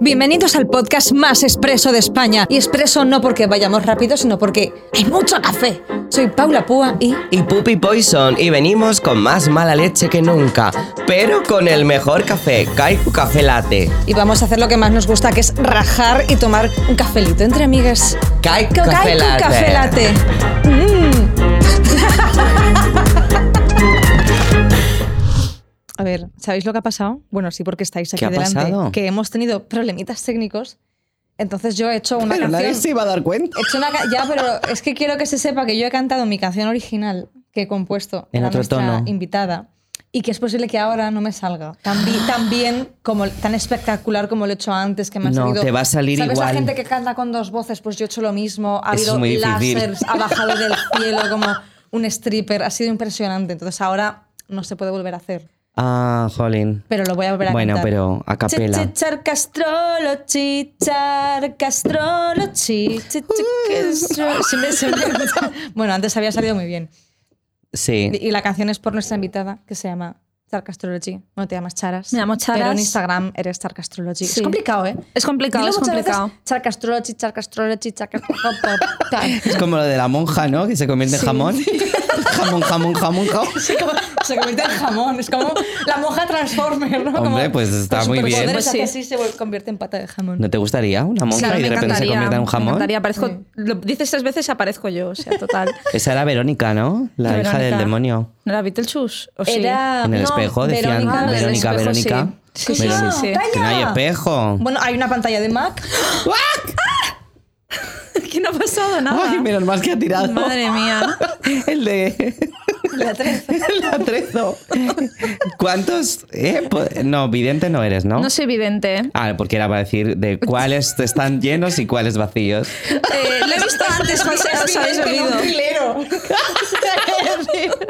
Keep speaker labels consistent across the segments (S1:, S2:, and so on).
S1: Bienvenidos al podcast más expreso de España. Y expreso no porque vayamos rápido, sino porque hay mucho café. Soy Paula Púa y...
S2: y Puppy Poison y venimos con más mala leche que nunca, pero con el mejor café, Kaiku Café Latte.
S1: Y vamos a hacer lo que más nos gusta, que es rajar y tomar un cafelito entre amigas.
S2: Kaiku
S1: Ca-
S2: Café
S1: Kaiku
S2: Latte.
S1: Café Latte. Mm. A ver, ¿sabéis lo que ha pasado? Bueno, sí, porque estáis aquí
S2: ¿Qué ha
S1: delante.
S2: pasado?
S1: Que hemos tenido problemitas técnicos. Entonces yo he hecho una
S2: Pero nadie
S1: canción.
S2: se iba a dar cuenta.
S1: He hecho una ca- ya, pero es que quiero que se sepa que yo he cantado mi canción original que he compuesto
S2: En
S1: era
S2: otro
S1: nuestra
S2: tono.
S1: invitada y que es posible que ahora no me salga tan, bi- tan bien como tan espectacular como lo he hecho antes que me ha
S2: No,
S1: salido
S2: te va a salir
S1: ¿Sabes
S2: igual.
S1: la gente que canta con dos voces pues yo he hecho lo mismo ha
S2: Eso es
S1: habido
S2: muy difícil.
S1: lásers ha bajado del cielo como un stripper ha sido impresionante entonces ahora no se puede volver a hacer
S2: Ah, jolín.
S1: pero lo voy a volver a
S2: Bueno,
S1: cantar.
S2: pero a capela.
S1: Chichar castrolo, chichar castrolo, chi, chi, chi, castrolo. Siempre, siempre. Bueno, antes había salido muy bien.
S2: Sí.
S1: Y la canción es por nuestra invitada que se llama Char Castrology. Bueno, te llamas Charas.
S3: Me llamo Charas.
S1: Pero en Instagram eres Char Castrology.
S3: Sí.
S1: Es complicado, ¿eh?
S3: Es complicado,
S1: Dilo
S3: es
S1: muchas veces,
S3: complicado.
S1: Char Castrology, Char Castrology, Char Castrology.
S4: Es como lo de la monja, ¿no? Que se convierte en jamón. Jamón, jamón, jamón, jamón.
S1: Sí, como- se convierte en jamón. Es como la moja Transformer, ¿no? Como
S4: Hombre, pues está
S1: con
S4: muy bien.
S1: superpoderes
S3: Pues sí.
S1: hace así, se vuelve- convierte en pata de jamón.
S4: ¿No te gustaría una monja
S3: Claro,
S4: y
S3: me
S4: de repente se
S3: encantaría,
S4: convierta en un
S3: me
S4: jamón?
S3: encantaría, aparezco-
S1: Sí.
S3: lo dices tres veces, aparezco yo, o sea, total.
S4: Esa era Verónica, ¿no? La hija
S3: Verónica. Ah,
S4: del demonio.
S3: ¿No era Beetlejuice? ¿O sí?
S1: Era.
S4: En el espejo decían
S1: Pues Verónica,
S3: en el
S4: Verónica,
S3: espejo, sí.
S4: Verónica.
S3: Sí, sí,
S4: Verónica.
S3: sí, sí.
S4: Que no hay
S1: ¡Calla!
S4: espejo.
S1: Bueno, hay una pantalla de Mac.
S3: que no ha pasado nada.
S4: Ay, menos mal que ha tirado.
S3: Madre mía.
S4: El de.
S1: La 13.
S4: El atrezo. ¿Cuántos? eh? Po- No, vidente no eres, ¿no?
S3: No soy vidente. ¿eh?
S4: Ah, porque era para decir de cuáles están llenos y cuáles vacíos.
S3: Eh, lo he visto antes, no sé, os habéis olvidado.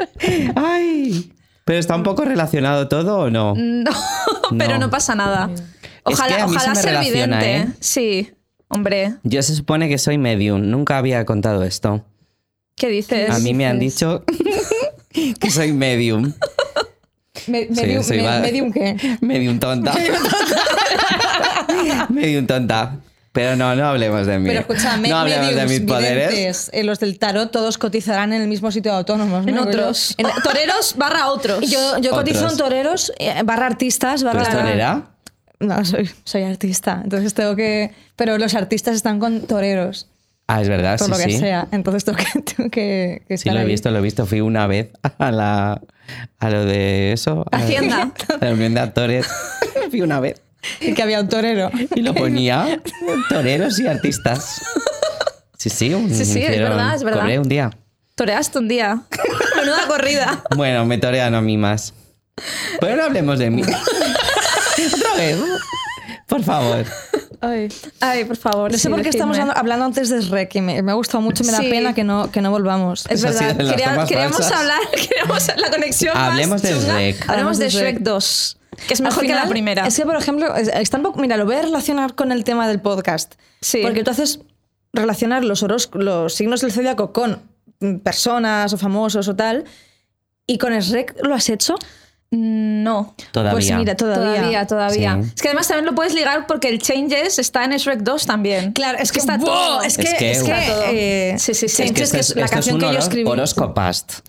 S4: Ay. Pero está un poco relacionado todo o no?
S3: No, pero
S4: No.
S3: no pasa nada. Ojalá,
S4: que a mí se
S3: ojalá
S4: me
S3: ser
S4: relaciona,
S3: vidente.
S4: ¿eh?
S3: Sí, hombre.
S4: Yo se supone que soy medium, nunca había contado esto.
S3: ¿Qué dices?
S4: A mí me han
S1: dices?
S4: dicho que soy medium.
S1: Me,
S4: Sí,
S1: medium,
S4: soy
S1: me-
S4: va-
S1: medium qué?
S4: Medium tonta. medium tonta. Pero no, no hablemos de mí.
S1: Pero escucha, me-
S4: no hablemos
S1: mediums,
S4: de mis poderes.
S1: videntes, eh, los del tarot, todos cotizarán en el mismo sitio de autónomos. ¿no?
S3: En
S1: Yo-
S3: otros. En- toreros barra otros.
S1: Yo, yo cotizo
S4: Otros.
S1: en toreros, eh, barra artistas,
S4: ¿Tú
S1: barra...
S4: eres torera?
S1: No, soy, soy artista, entonces tengo que... Pero los artistas están con toreros,
S4: Ah, es verdad,
S1: por
S4: sí,
S1: lo que
S4: sí.
S1: sea. Entonces tengo que, tengo que, que
S4: Sí,
S1: estar
S4: lo he
S1: ahí.
S4: visto, lo he visto. Fui una vez a la a lo de eso. a- A
S3: Hacienda.
S4: la reunión de actores. Fui una vez.
S1: Y que había un torero.
S4: Y lo ponía toreros y artistas. Sí, sí, un,
S3: Sí, sí, es verdad, es verdad.
S4: cobré un día.
S3: Toreaste un día. Menuda corrida.
S4: Bueno, me torean a mí más. Pero no hablemos de mí. Otra vez. Por favor.
S3: Ay, por favor.
S1: No sé
S3: sí,
S1: por qué estamos
S3: decidme.
S1: hablando, hablando antes de Shrek, y me, me ha gustado mucho, me da
S3: Sí.
S1: pena que no, que no volvamos.
S3: Es
S4: Eso ha
S3: verdad.
S4: sido de las
S3: Quería-
S4: tomas
S3: queríamos
S4: falsas.
S3: hablar, queríamos la conexión. más
S4: Hablemos de
S3: chunga.
S4: Shrek.
S3: Hablemos de Shrek 2, que es
S1: Al
S3: mejor que
S1: final,
S3: la primera.
S1: Es que, por ejemplo, es- está un poco- mira, lo voy a relacionar con el tema del podcast.
S3: Sí.
S1: Porque tú haces relacionar los, horos, los signos del zodiaco con mm, personas o famosos o tal. ¿Y con Shrek lo has hecho?
S3: Mm, No.
S4: Todavía.
S1: Pues mira, todavía.
S3: Todavía, todavía.
S4: Sí.
S3: Es que además también lo puedes ligar porque el Changes está en Shrek 2 también.
S1: Claro, es que está
S3: ¡Wow!
S1: todo. Es que,
S4: Es que-
S1: es que,
S4: Está
S3: todo.
S1: eh,
S3: Sí, sí, sí.
S1: Sánchez,
S3: Es que
S1: que es
S4: este
S1: la canción que yo escribí.
S4: Horoscopast.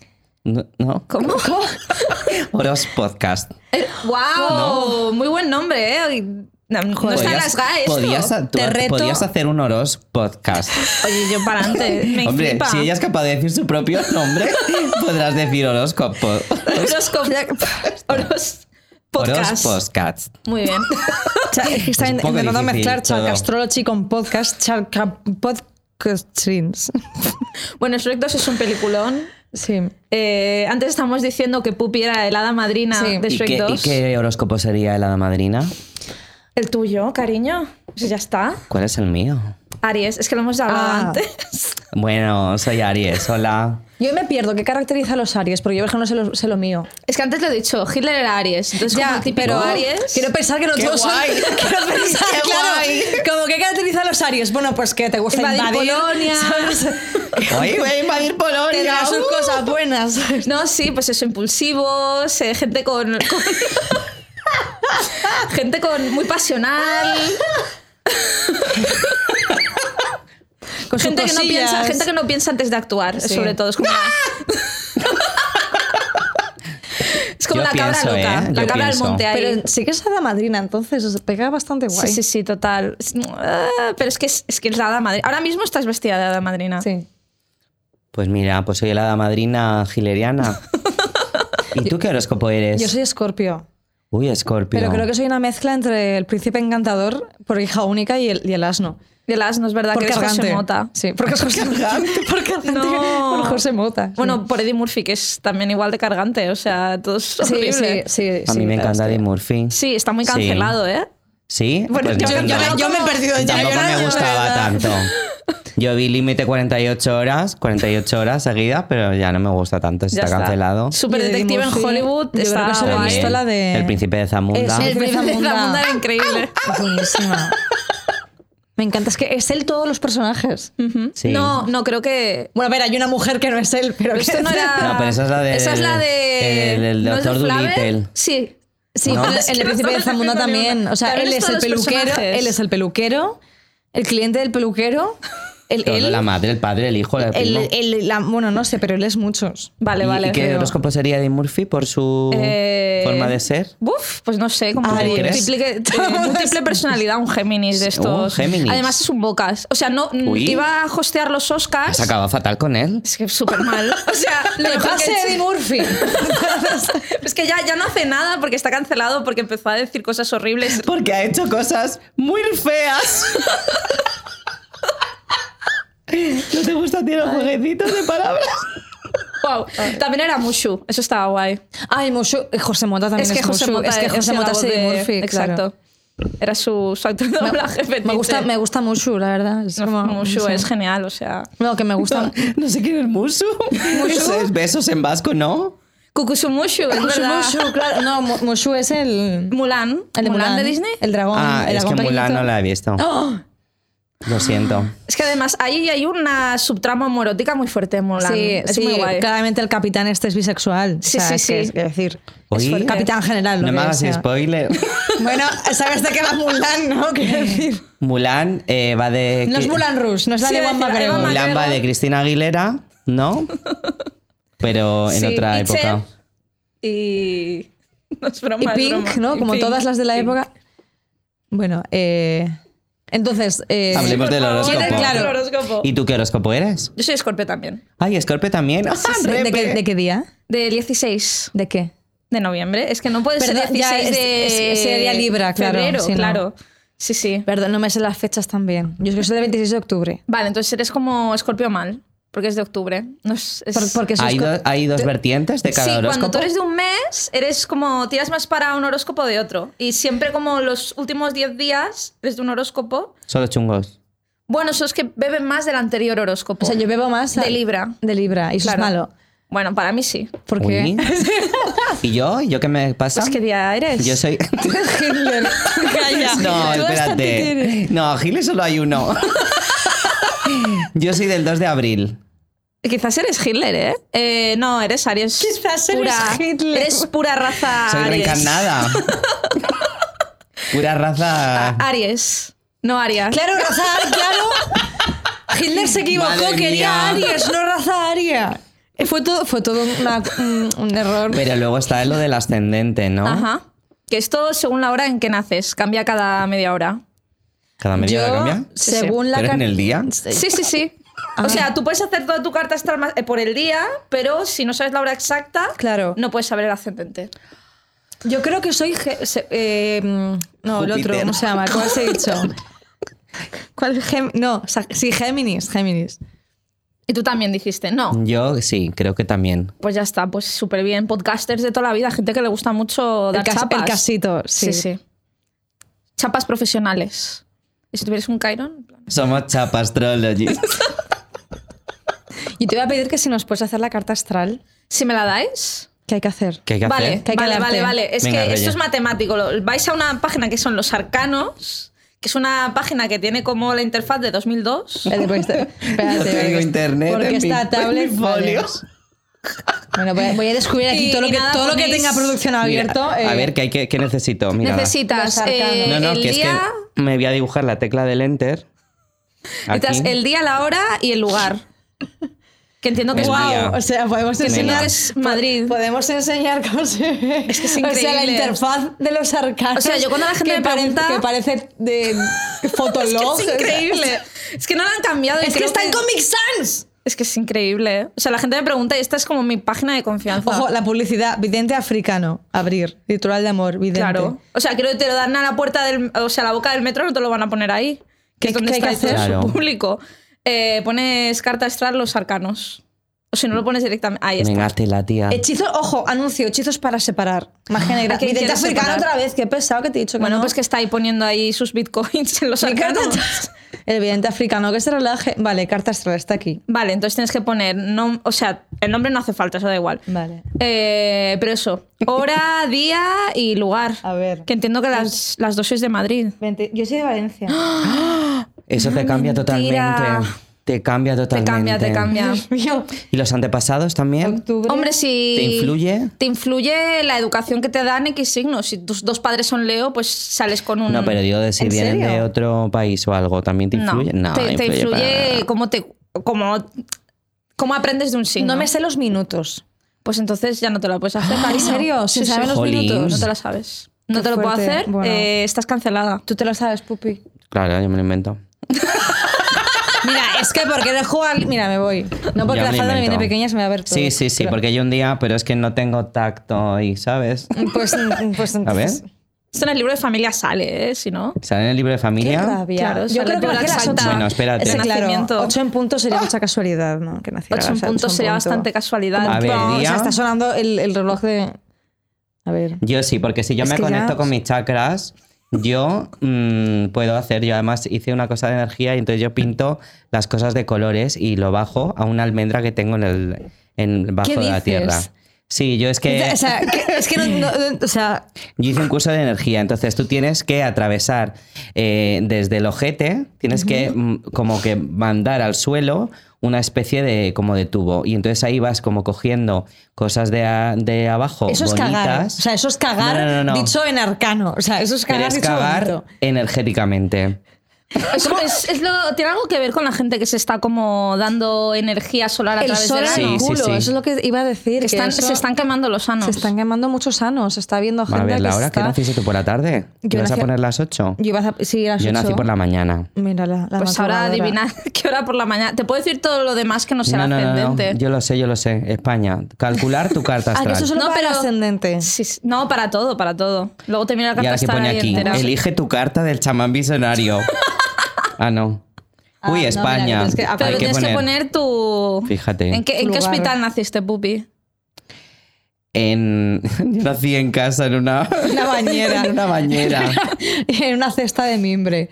S4: No. no.
S3: ¿Cómo?
S4: Horospodcast.
S3: Eh, ¡Wow! Muy buen nombre, ¿eh? No, no está en las GAE esto.
S4: podías, tú
S3: Te
S4: ha-
S3: reto.
S4: podías hacer un Horos podcast.
S3: Oye, yo para adelante. Me
S4: Hombre,
S3: flipa.
S4: si ella es capaz de decir su propio nombre, podrás decir Horoscopo.
S3: Horoscop- Horos- Podcast.
S4: Horospodcast.
S3: Muy bien.
S1: Cha- es que está
S4: Es un
S1: en-
S4: poco
S1: intentando
S4: difícil
S1: mezclar
S4: todo.
S1: Charcastrology con podcast. Charca, podcastins.
S3: Bueno, Shrek 2 es un peliculón.
S1: Sí.
S3: Eh, antes estábamos diciendo que Pupi era el hada madrina
S1: Sí.
S3: de
S4: ¿Y
S3: Shrek
S4: qué,
S3: 2.
S4: ¿Y qué horóscopo sería el hada madrina?
S3: El tuyo, cariño. Pues ya está.
S4: ¿Cuál es el mío?
S3: Aries, es que lo hemos hablado
S1: Ah.
S3: antes.
S4: Bueno, soy Aries, hola.
S1: Yo me pierdo qué caracteriza a los Aries, porque yo, por ejemplo, no sé lo, sé lo mío.
S3: Es que antes lo he dicho, Hitler era Aries. Entonces, como el típico Aries.
S1: Oh, Quiero pensar que no
S3: Qué
S1: todos
S3: guay.
S1: son. Quiero pensar,
S3: Qué
S1: claro.
S3: guay.
S1: Como que caracteriza a los Aries. Bueno, pues que te gusta
S3: Invadir
S1: invadir,
S3: Polonia. uh.
S1: ¿sabes?
S4: Hoy voy a invadir
S1: Te
S4: Polonia.
S1: da sus cosas buenas.
S3: No, sí, pues eso, impulsivos, eh, gente con. con- Gente con, muy pasional.
S1: Con sus
S3: gente, que no
S1: cosillas.
S3: piensa, gente que no piensa antes de actuar,
S1: Sí.
S3: sobre todo. Es como, es como
S4: Yo
S3: la cabra
S4: pienso,
S3: loca,
S4: ¿eh?
S3: la
S4: Yo
S3: cabra del
S4: pienso.
S3: monte ahí.
S1: Pero sí que es hada madrina, entonces os pega bastante guay.
S3: Sí, sí, sí, total. Es- ah, Pero es que es, es que es la hada madrina. Ahora mismo estás vestida de hada madrina.
S1: Sí.
S4: Pues mira, pues soy la hada madrina gileriana. ¿Y tú qué horóscopo eres?
S1: Yo soy escorpio.
S4: Uy, Escorpio.
S1: Pero creo que soy una mezcla entre el príncipe encantador por hija única y el, y el asno.
S3: Y el asno, es verdad
S1: Por
S3: que eres José
S1: cargante.
S3: Mota.
S1: Sí, porque es José Mota. Por cargante.
S3: No.
S1: Por José Mota. sí.
S3: Bueno, por Eddie Murphy, que es también igual de cargante. O sea, todo es
S1: sí,
S3: horrible.
S1: sí, sí.
S4: A
S1: sí,
S4: mí me
S1: la
S4: encanta
S1: verdad es
S4: Eddie
S1: que-
S4: Murphy.
S3: Sí, está muy cancelado, ¿eh?
S4: ¿Sí?
S3: Bueno,
S4: Pues me
S3: yo- yo-
S4: encanta.
S3: yo- yo me he
S1: perdido
S4: Tampoco me gustaba tanto. Yo vi límite 48 horas, 48 horas seguidas, pero ya no me gusta tanto, si
S3: Ya
S4: está,
S3: está.
S4: cancelado.
S3: Super
S1: Y Eddie
S3: detective en
S1: Murphy,
S3: Hollywood.
S1: yo
S3: está
S1: creo que solo he
S3: guay.
S1: visto la de-
S4: El príncipe de Zamunda.
S1: Es-
S3: El príncipe de
S1: Zamunda.
S3: Zamunda era increíble.
S1: Buenísima. Me encanta, es que es él todos los personajes.
S4: Sí.
S3: No, no, creo que.
S1: Bueno, a ver, hay una mujer que no es él, pero
S3: Esto no era.
S4: No, pero esa es la de-
S3: Esa es la de.
S4: el- el
S3: ¿no es de
S4: Dr.
S3: Flavel?
S4: Dolittle.
S3: Sí.
S1: Sí,
S4: ¿No?
S1: pero
S3: Es
S1: el
S3: que
S1: de
S3: no
S1: príncipe de
S3: estamos
S1: Zamunda
S3: viendo ni
S1: también.
S3: una.
S1: O sea,
S3: También
S1: él es
S3: todos
S1: el
S3: los
S1: peluquero,
S3: personajes.
S1: él es el peluquero, el cliente del peluquero, el,
S4: Todo,
S1: él,
S4: la madre, el padre, el hijo, el, primo.
S1: el- el- la- bueno, no sé, pero él es muchos.
S3: Vale,
S4: ¿Y-
S3: vale.
S4: ¿Y qué
S3: pero-
S4: horóscopo sería Eddie Murphy por su
S3: Eh,
S4: forma de ser?
S3: Buf, pues no sé, como
S1: Aries.
S3: múltiple, eh, múltiple personalidad, un Géminis de
S4: Oh,
S3: estos.
S4: Géminis.
S3: Además es un bocas. O sea, no mm,
S4: Uy.
S3: iba a hostear los Oscars.
S4: Se acaba fatal con él.
S3: Es que súper mal. O sea, lo
S1: Le
S3: mejor
S1: pase
S3: que-
S1: a Eddie Murphy.
S3: Es que ya, ya no hace nada porque está cancelado, porque empezó a decir cosas horribles.
S4: Porque ha hecho cosas muy feas. ¿No te gustan tirar jueguecitos de palabras?
S3: Wow. También era Mushu, eso estaba guay.
S1: Ay, Moshu- eh, José Mota también es,
S3: es que José
S1: Moshu.
S3: Mota
S1: es que José
S3: la
S1: Mota
S3: voz
S1: es Eddie
S3: de-
S1: Murphy, claro.
S3: Exacto. Era su, su actor de doblaje
S1: Me
S3: fetiche.
S1: gusta, me gusta Mushu, la verdad. Es como,
S3: Mushu
S1: sí.
S3: es genial, o sea.
S1: No, que me gusta.
S4: No sé quién es Musu. Eso es besos en vasco, ¿no?
S3: Kukusumushu, es
S1: Mushu,
S3: verdad.
S1: Mushu, claro. No, Mu- Mushu es el.
S3: Mulan.
S1: El de Mulan,
S3: de Disney.
S1: El dragón.
S4: ah,
S1: el
S4: es que
S1: dragón
S4: Mulan
S1: pequeñito.
S4: no la he visto.
S1: ¡Oh!
S4: Lo siento.
S3: Es que además ahí hay una subtrama morótica muy fuerte en Mulan.
S1: Sí,
S3: es
S1: sí,
S3: muy guay.
S1: claramente el capitán este es bisexual.
S3: Sí,
S1: O sea,
S3: sí,
S1: es que-
S3: sí.
S1: es que decir,
S4: Oye,
S1: es capitán general. lo
S4: No me
S1: que
S4: hagas
S1: sea.
S4: spoiler.
S1: Bueno, sabes de qué va Mulan, ¿no? Quiero decir.
S4: Mulan eh, va de.
S1: No es
S4: Cri-
S1: Mulan Rush, no es la
S3: Sí,
S1: de Juan
S3: decir, la de Ewan
S1: McGregor.
S3: Mac-
S4: Mulan va de Cristina Aguilera, ¿no? Pero en
S3: Sí,
S4: otra
S3: y Cher.
S4: época.
S3: Y. No es broma,
S1: Y
S3: es
S1: Pink,
S3: broma.
S1: ¿no?
S3: Y
S1: Como
S3: Pink,
S1: todas las de la
S3: Pink.
S1: época. Bueno, eh, entonces. eh,
S4: Hablemos del
S3: por favor,
S4: horóscopo.
S1: ¿quién es- claro.
S3: El horóscopo.
S4: ¿Y tú qué horóscopo eres?
S3: Yo soy Escorpio también.
S4: Ay, Escorpio también. Ah,
S1: ¿de,
S4: repe.
S1: qué, de qué día?
S3: De 16
S1: ¿de qué?
S3: de noviembre. Es que no puede ser
S1: Perdón,
S3: 16
S1: ya es-
S3: de.
S1: es- sería Libra, claro,
S3: Febrero,
S1: si no.
S3: claro. Sí, sí.
S1: Perdón, no me sé las fechas tan bien. Yo es que soy del 26 de octubre.
S3: Vale, entonces eres como Escorpio mal, porque es de octubre. No es, es-
S1: Por- porque soy
S4: ¿Hay,
S1: esco-
S4: do- hay dos vertientes de cada
S3: sí,
S4: horóscopo.
S3: cuando tú eres de un mes, eres como tiras más para un horóscopo de otro. Y siempre como los últimos 10 días eres de un horóscopo.
S4: Solo chungos.
S3: Bueno, sos que beben más del anterior horóscopo.
S1: O sea, yo bebo más. a-
S3: De Libra.
S1: De Libra, y eso
S3: Claro.
S1: es malo.
S3: Bueno, para mí sí.
S1: Porque.
S4: Uy. ¿Y yo? ¿Y yo qué me pasa?
S3: Pues qué día eres.
S4: Yo soy.
S1: Hitler. Calla.
S4: No,
S1: Tú bastante tienes.
S4: espérate. No, Giles solo hay uno. Yo soy del 2 de abril.
S3: Quizás eres Hitler, ¿eh? Eh, no, eres Aries.
S1: Quizás eres
S3: pura,
S1: Hitler.
S3: Eres pura raza
S4: Soy
S3: Aries.
S4: reencarnada. Pura raza.
S3: A- Aries. No Arias.
S1: Claro, raza aria, claro. Hitler se equivocó,
S4: Madre mía.
S1: quería Aries, no raza aria. Eh, Fue todo, fue todo una- un, un error.
S4: Pero luego está lo del ascendente, ¿no?
S3: Ajá. Que esto según la hora en que naces, cambia cada media hora.
S4: Cada media
S1: Yo,
S4: hora cambia.
S3: Sí,
S1: según Ah. la
S4: Pero en
S1: car-
S4: el día.
S3: Sí, sí, sí. O sea, tú puedes hacer toda tu carta astral ma- eh, por el día, pero si no sabes la hora exacta,
S1: Claro.
S3: no puedes saber el ascendente.
S1: Yo creo que soy. ge- se- eh, mm, no, el otro,
S4: Júpiter.
S1: ¿cómo se llama? ¿Cuál se ha dicho? ¿Cuál? Gem- no, o sea, sí, Géminis, Géminis.
S3: Y tú también dijiste, no.
S4: Yo sí, creo que también.
S3: Pues ya está, pues súper bien. Podcasters de toda la vida, gente que le gusta mucho
S1: El,
S3: dar
S1: cas-
S3: chapas.
S1: el casito,
S3: Sí,
S1: sí.
S3: sí. Chapas profesionales. ¿Y si tuvieras un Chiron?
S4: Somos chapastrology.
S1: Y te voy a pedir que si nos puedes hacer la carta astral,
S3: Si me la dais.
S1: ¿qué hay que hacer?
S4: ¿Qué hay que
S3: vale,
S4: hacer?
S1: que hay que
S3: vale,
S1: darte.
S3: vale, vale. Es
S4: Venga,
S3: que
S4: Reyes.
S3: esto es matemático. Lo- Vais a una página que son los arcanos, que es una página que tiene como la interfaz de 2002.
S1: El de- Espérate,
S4: tengo
S1: porque-
S4: internet
S1: Porque
S4: en mi-
S1: esta
S4: en
S1: tablet.
S4: mi
S1: vale.
S4: folio.
S1: Bueno, voy a, voy a descubrir aquí
S3: Y-
S1: todo, lo
S3: y
S1: que,
S3: nada,
S1: todo lo que
S3: ponéis-
S1: tenga producción abierto.
S4: Mira, a
S1: eh,
S4: ver, ¿qué, hay que, qué necesito? Mira.
S3: Necesitas
S1: Los arcanos.
S3: eh,
S4: No, no,
S3: el
S4: que
S3: día,
S4: es que me voy a dibujar la tecla del Enter.
S3: necesitas
S4: Aquí.
S3: el día, la hora y el lugar. Que entiendo que
S4: El
S3: es
S1: guau,
S4: día.
S1: o sea, podemos
S4: Venga.
S3: entiendo
S1: enseñar.
S3: que es Madrid.
S1: Podemos enseñar cómo se Es
S3: que
S1: O
S3: es
S1: sea, la
S3: increíble.
S1: interfaz de los arcanos.
S3: O sea, yo cuando la gente
S1: que
S3: me
S1: pare-
S3: pregunta-
S1: Que parece de
S3: Es
S1: Fotolog.
S3: que es increíble. Es que no la han cambiado. y
S1: Es que
S3: creo
S1: está en Comic Sans.
S3: Es que es increíble. ¿eh? O sea, la gente me pregunta y esta es como mi página de confianza.
S1: Ojo, la publicidad. Vidente africano. Abrir. Ritual de amor. Vidente.
S3: Claro. O sea, creo que te lo dan a la puerta del. O sea, a la boca del metro no te lo van a poner ahí.
S1: ¿Qué-
S3: Que es donde
S1: qué hay
S3: está
S1: que
S3: todo
S1: hacer?
S3: su
S4: Claro.
S3: público. Eh, pones carta astral los arcanos. O si no lo pones directamente. Ahí está.
S4: Venga, tela, tía.
S1: Hechizos, ojo, anuncio, hechizos para separar. Magia negra.
S3: ¿A quién
S1: Vidente
S3: quieres
S1: africano
S3: separar?
S1: otra vez, qué pesado que te he dicho que
S3: Bueno,
S1: no.
S3: pues que está ahí poniendo ahí sus bitcoins en los
S1: Mi carta
S3: arcanos.
S1: astral. El vidente africano que se relaje. Vale, carta astral está aquí.
S3: Vale, entonces tienes que poner. nom- o sea, el nombre no hace falta, eso da igual.
S1: Vale.
S3: Eh, pero eso. Hora, día y lugar.
S1: A ver. Pues
S3: Que entiendo que las, las dos sois de Madrid.
S1: Yo soy de Valencia.
S4: Eso te cambia
S3: mentira.
S4: totalmente. Te cambia
S3: Te
S4: totalmente.
S3: cambia, te cambia.
S1: Mío.
S4: ¿Y los antepasados también?
S1: Octubre.
S3: Hombre, si.
S4: ¿Te influye?
S3: Te influye la educación que te dan X signos. Si tus dos padres son Leo, pues sales con un.
S4: No, pero digo de si
S1: ¿En
S4: vienen
S1: serio?
S4: de otro país o algo, ¿también te
S3: No,
S4: influye? No, no
S3: te, te
S4: influye para nada.
S3: influye cómo te. Cómo, cómo aprendes de un signo.
S1: no me sé los minutos.
S3: Pues entonces ya no te la puedes hacer.
S1: ¿En
S3: cariño.
S1: serio? ¿Se
S3: Sí, sí.
S1: saben los
S4: Jolín.
S1: minutos?
S3: No te la sabes. No
S1: Qué
S3: te lo puedo
S1: fuerte.
S3: hacer.
S1: Bueno.
S3: eh, estás cancelada.
S1: Tú te lo sabes, pupi.
S4: Claro, yo me lo invento.
S1: Mira, es que porque eres jugar. Mira, me voy. No porque
S4: Yo
S1: la
S4: me lo
S1: falda me viene
S4: invento.
S1: pequeña, se me va a ver todo.
S4: Sí, sí, sí,
S1: Pero-
S4: porque yo un día, pero es que no tengo tacto y, ¿sabes?
S1: Pues, pues
S4: A ver,
S1: entonces.
S3: Esto en el libro de familia sale, ¿eh? Si no.
S4: ¿sale en el libro de
S1: Qué
S4: familia?
S1: rabia.
S3: Claro,
S1: yo
S3: sale
S1: creo que
S3: por la
S1: nací a las
S3: exacta.
S1: ocho.
S4: Bueno, espérate.
S1: Sí,
S3: De
S1: claro.
S3: nacimiento.
S1: 8 en punto sería mucha casualidad, ¿no? Que naciera a
S3: Ocho en
S1: las
S3: punto
S1: ocho en
S3: sería
S1: punto.
S3: bastante casualidad.
S4: A ver,
S3: Vamos,
S1: O
S4: día.
S1: sea, está sonando el, el reloj de. A ver.
S4: Yo sí, porque si yo
S1: Es
S4: me
S1: que ya-
S4: conecto con mis chakras, yo mm, puedo hacer, yo además hice una cosa de energía y entonces yo pinto las cosas de colores y lo bajo a una almendra que tengo en el en bajo
S1: ¿Qué
S4: de la
S1: dices?
S4: tierra. Sí, yo es que...
S1: O sea, que- es que no, no- O sea,
S4: Yo hice un curso de energía, entonces tú tienes que atravesar eh, desde el ojete, tienes que mm, como que mandar al suelo una especie de como de tubo y entonces ahí vas como cogiendo cosas de, a- de abajo
S1: eso es
S4: bonitas.
S1: cagar. O sea, eso es cagar
S4: No, no, no, no.
S1: dicho en arcano. O sea, eso es
S4: Pero
S1: cagar
S4: es
S1: dicho
S4: cagar
S1: bonito.
S4: energéticamente.
S3: Es, es- es lo- tiene algo que ver con la gente que se está como dando energía solar a
S1: El
S3: través
S1: sol
S3: del
S1: en
S4: Sí,
S1: el
S3: ano.
S4: sí,
S1: culo.
S4: sí.
S1: Eso es lo que iba a decir.
S3: Que
S1: que
S3: están-
S1: eso-
S3: se están quemando los anos.
S1: se están quemando muchos sanos. Se está viendo gente
S4: A ver,
S1: que
S4: Laura, ¿qué
S1: está...
S4: naciste tú por la tarde? ¿Te
S1: Yo
S4: vas a
S1: nací a-
S4: poner las 8?
S1: Yo iba a... Sí, a las
S4: Yo nací
S1: ocho.
S4: por la mañana.
S1: Mira, la, la
S3: Pues ahora
S1: madrugadora.
S3: adivinar qué hora por la mañana. Te puedo decir todo lo demás que no sea
S4: No,
S3: el
S4: no, no, no,
S3: ascendente.
S4: yo lo sé, yo lo sé. España, calcular tu carta
S1: Ah, que
S4: astral.
S1: eso solo
S3: No,
S1: para el
S3: pero-
S1: ascendente.
S3: Sí, sí. No, para todo, para todo. Luego te mira la
S4: Y
S3: carta
S4: ahora que
S3: astral
S4: pone
S3: ahí
S4: aquí,
S3: entera.
S4: elige tu carta del chamán visionario.
S1: Ah,
S4: ah, no.
S1: no,
S4: Uy,
S1: mira,
S4: España.
S1: que tienes que- ah,
S3: Pero
S4: Hay que
S3: tienes
S4: poner,
S3: que poner tu.
S4: Fíjate.
S3: ¿En qué, en qué
S1: Lugar.
S3: hospital naciste, Pupi?
S4: En... Yo nací en casa, en una...
S1: Una bañera.
S4: en una bañera.
S1: en una cesta de mimbre.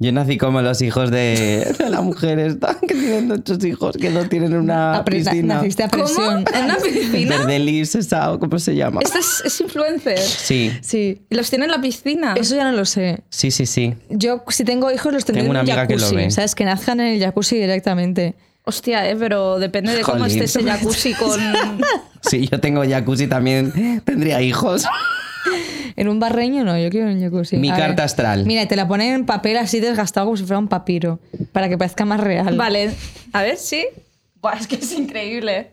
S4: Yo nací como los hijos de, de la mujer esta, que tienen muchos hijos, que no tienen una
S3: Ah,
S1: Apre- na-
S4: piscina.
S1: Naciste a presión.
S3: ¿En una piscina?
S4: Verdelis, esa, o ¿cómo se llama?
S3: Esta es, es influencer.
S4: Sí,
S1: Sí.
S3: Los tiene en la piscina.
S1: Eso ya no lo sé.
S4: sí, sí, sí.
S1: Yo, si tengo hijos, los tendré
S4: Tengo una
S1: en un
S4: amiga que lo
S1: jacuzzi.
S4: ve.
S1: ¿Sabes? Que nazcan en el jacuzzi directamente.
S3: Hostia, eh, pero depende de cómo
S4: Jolín.
S3: esté ese jacuzzi con.
S4: Sí, yo tengo jacuzzi también, tendría hijos.
S1: En un barreño no, yo quiero en el jacuzzi.
S4: Mi
S1: A
S4: carta astral.
S1: Mira, y te la ponen en papel así desgastado como si fuera un papiro. Para que parezca más real.
S3: Vale, a ver, sí. Buah, es que es increíble.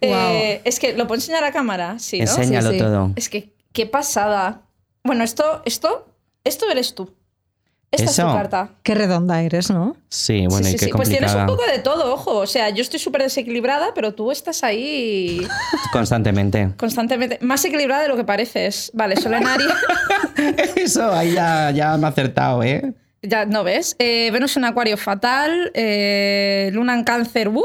S3: Eh, es que lo puedo enseñar a cámara, sí, ¿no?
S4: Enséñalo
S1: Sí, sí.
S4: todo.
S3: Es que qué pasada. Bueno, esto, esto, esto eres tú. Esta es
S4: Eso.
S3: tu carta.
S1: Qué redonda eres, ¿no?
S4: Sí, bueno, y
S3: Sí, sí,
S4: qué
S3: sí. Pues tienes
S4: complicada.
S3: un poco de todo, ojo. O sea, yo estoy súper desequilibrada, pero tú estás ahí
S4: Constantemente.
S3: constantemente. Más equilibrada de lo que pareces. Vale, solo en Aries.
S4: Eso, ahí ya, ya me ha acertado, ¿eh?
S3: ya, ¿no ves? Eh, Venus en Acuario fatal. eh, Luna en Cáncer. ¡buh!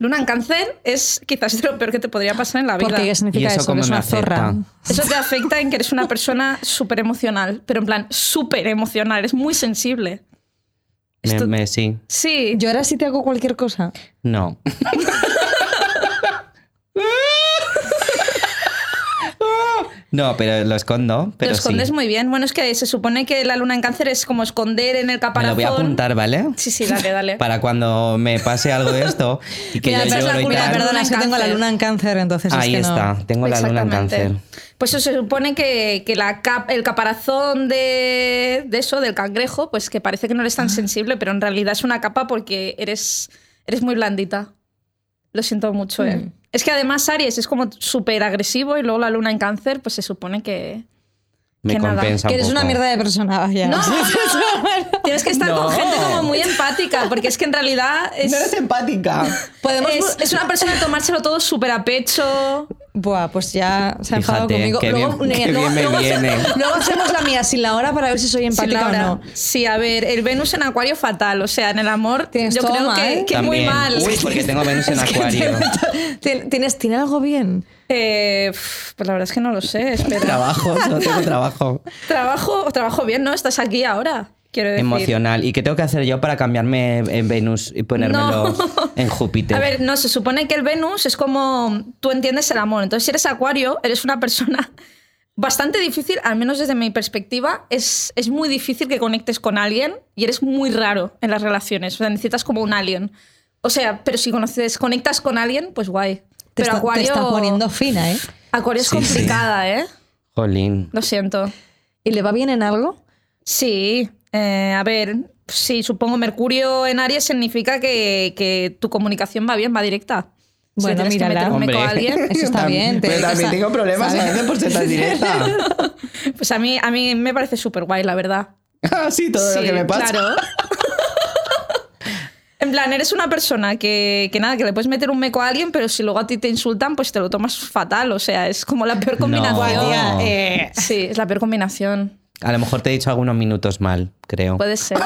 S3: Luna en Cáncer es quizás lo peor que te podría pasar en la vida.
S1: Porque ¿qué
S4: ¿Y
S1: significa
S4: eso
S1: eso? que
S4: cómo
S1: es
S4: me
S1: una
S4: afecta?
S1: zorra.
S3: Eso te afecta en que eres una persona súper emocional, pero en plan súper emocional, es muy sensible.
S4: Me-
S3: Esto-
S4: me- sí.
S3: Sí,
S1: Yo ahora sí te hago cualquier cosa.
S4: No. No, pero lo escondo. Pero
S3: lo
S4: sí.
S3: escondes muy bien. Bueno, es que se supone que la luna en cáncer es como esconder en el
S4: Me
S3: caparazón.
S4: lo voy a apuntar, ¿vale?
S3: Sí, sí, dale, dale.
S4: Para cuando me pase algo de esto y que
S3: Mira,
S4: yo
S3: pero es la
S4: lloro y
S3: culpa,
S4: tal.
S3: perdón.
S1: Perdona, es que tengo la luna en cáncer, entonces es
S4: Ahí
S1: que no-
S4: está, tengo la luna en
S3: Exactamente.
S4: cáncer.
S3: Pues eso se supone que, que la cap- el caparazón de, de eso, del cangrejo, pues que parece que no eres
S4: Ah.
S3: tan sensible, pero en realidad es una capa porque eres, eres muy blandita. Lo siento mucho, ¿eh? Es que además Aries es como súper agresivo y luego la luna en cáncer, pues se supone que...
S4: Me
S3: Que nada,
S4: compensa
S1: Que
S4: un
S1: eres
S4: poco.
S1: una mierda de persona, vaya.
S3: No, Tienes que estar
S4: No.
S3: con gente como muy empática, porque es que en realidad es,
S4: No eres empática.
S1: Podemos...
S3: es, es una persona de tomárselo todo súper a pecho.
S1: Buah, pues ya se ha enfadado
S4: Fíjate,
S1: conmigo.
S4: qué
S1: luego,
S4: bien-
S1: mira,
S4: qué
S1: luego-
S4: bien me
S1: luego-
S4: viene.
S1: luego hacemos la mía sin la hora para ver si soy
S3: Sí,
S1: empática
S3: Laura.
S1: o no.
S3: Sí, a ver, el Venus en Acuario fatal. O sea, en el amor
S1: Tienes
S3: yo
S1: todo
S3: creo
S1: mal.
S3: que, que muy
S4: También.
S3: mal.
S4: Uy, porque tengo Venus en Acuario.
S1: Tien- ¿Tienes, ¿Tiene algo bien?
S3: Eh, pf, pues la verdad es que no lo sé. Espera.
S4: Trabajo, no tengo trabajo.
S3: trabajo, trabajo bien, ¿no? Estás aquí ahora. Quiero decir.
S4: Emocional. ¿Y qué tengo que hacer yo para cambiarme en Venus y ponérmelo
S3: No.
S4: en Júpiter?
S3: A ver, no, se supone que el Venus es como tú entiendes el amor. Entonces, si eres Acuario, eres una persona bastante difícil, al menos desde mi perspectiva. Es, es muy difícil que conectes con alguien y eres muy raro en las relaciones. O sea, necesitas como un alien. O sea, pero si conoces, conectas con alguien, pues guay.
S1: Te,
S3: Pero
S1: está- te
S3: Acuario,
S1: estás poniendo fina, ¿eh?
S3: Acuario es
S4: Sí, sí.
S3: complicada, ¿eh?
S4: Jolín.
S3: Lo siento.
S1: ¿Y le va bien en algo?
S3: Sí, eh, a ver, sí, supongo Mercurio en Aries significa que, que tu comunicación va bien, va directa. Si
S1: Bueno,
S3: tienes que
S1: mírala.
S3: meter un meco a
S4: Hombre.
S3: alguien,
S1: Eso está bien. te- o sea, ¿sabes?
S4: por ser tan directa.
S3: pues a mí, a mí me parece súper guay, la verdad.
S4: Así Ah, todo
S3: Sí, Claro. en plan, eres una persona que, que nada, que le puedes meter un meco a alguien, pero si luego a ti te insultan, pues te lo tomas fatal. O sea, es como la peor combinación.
S4: No.
S3: Sí, es la peor combinación.
S4: A lo mejor te he dicho algunos minutos mal, creo.
S3: Puede ser.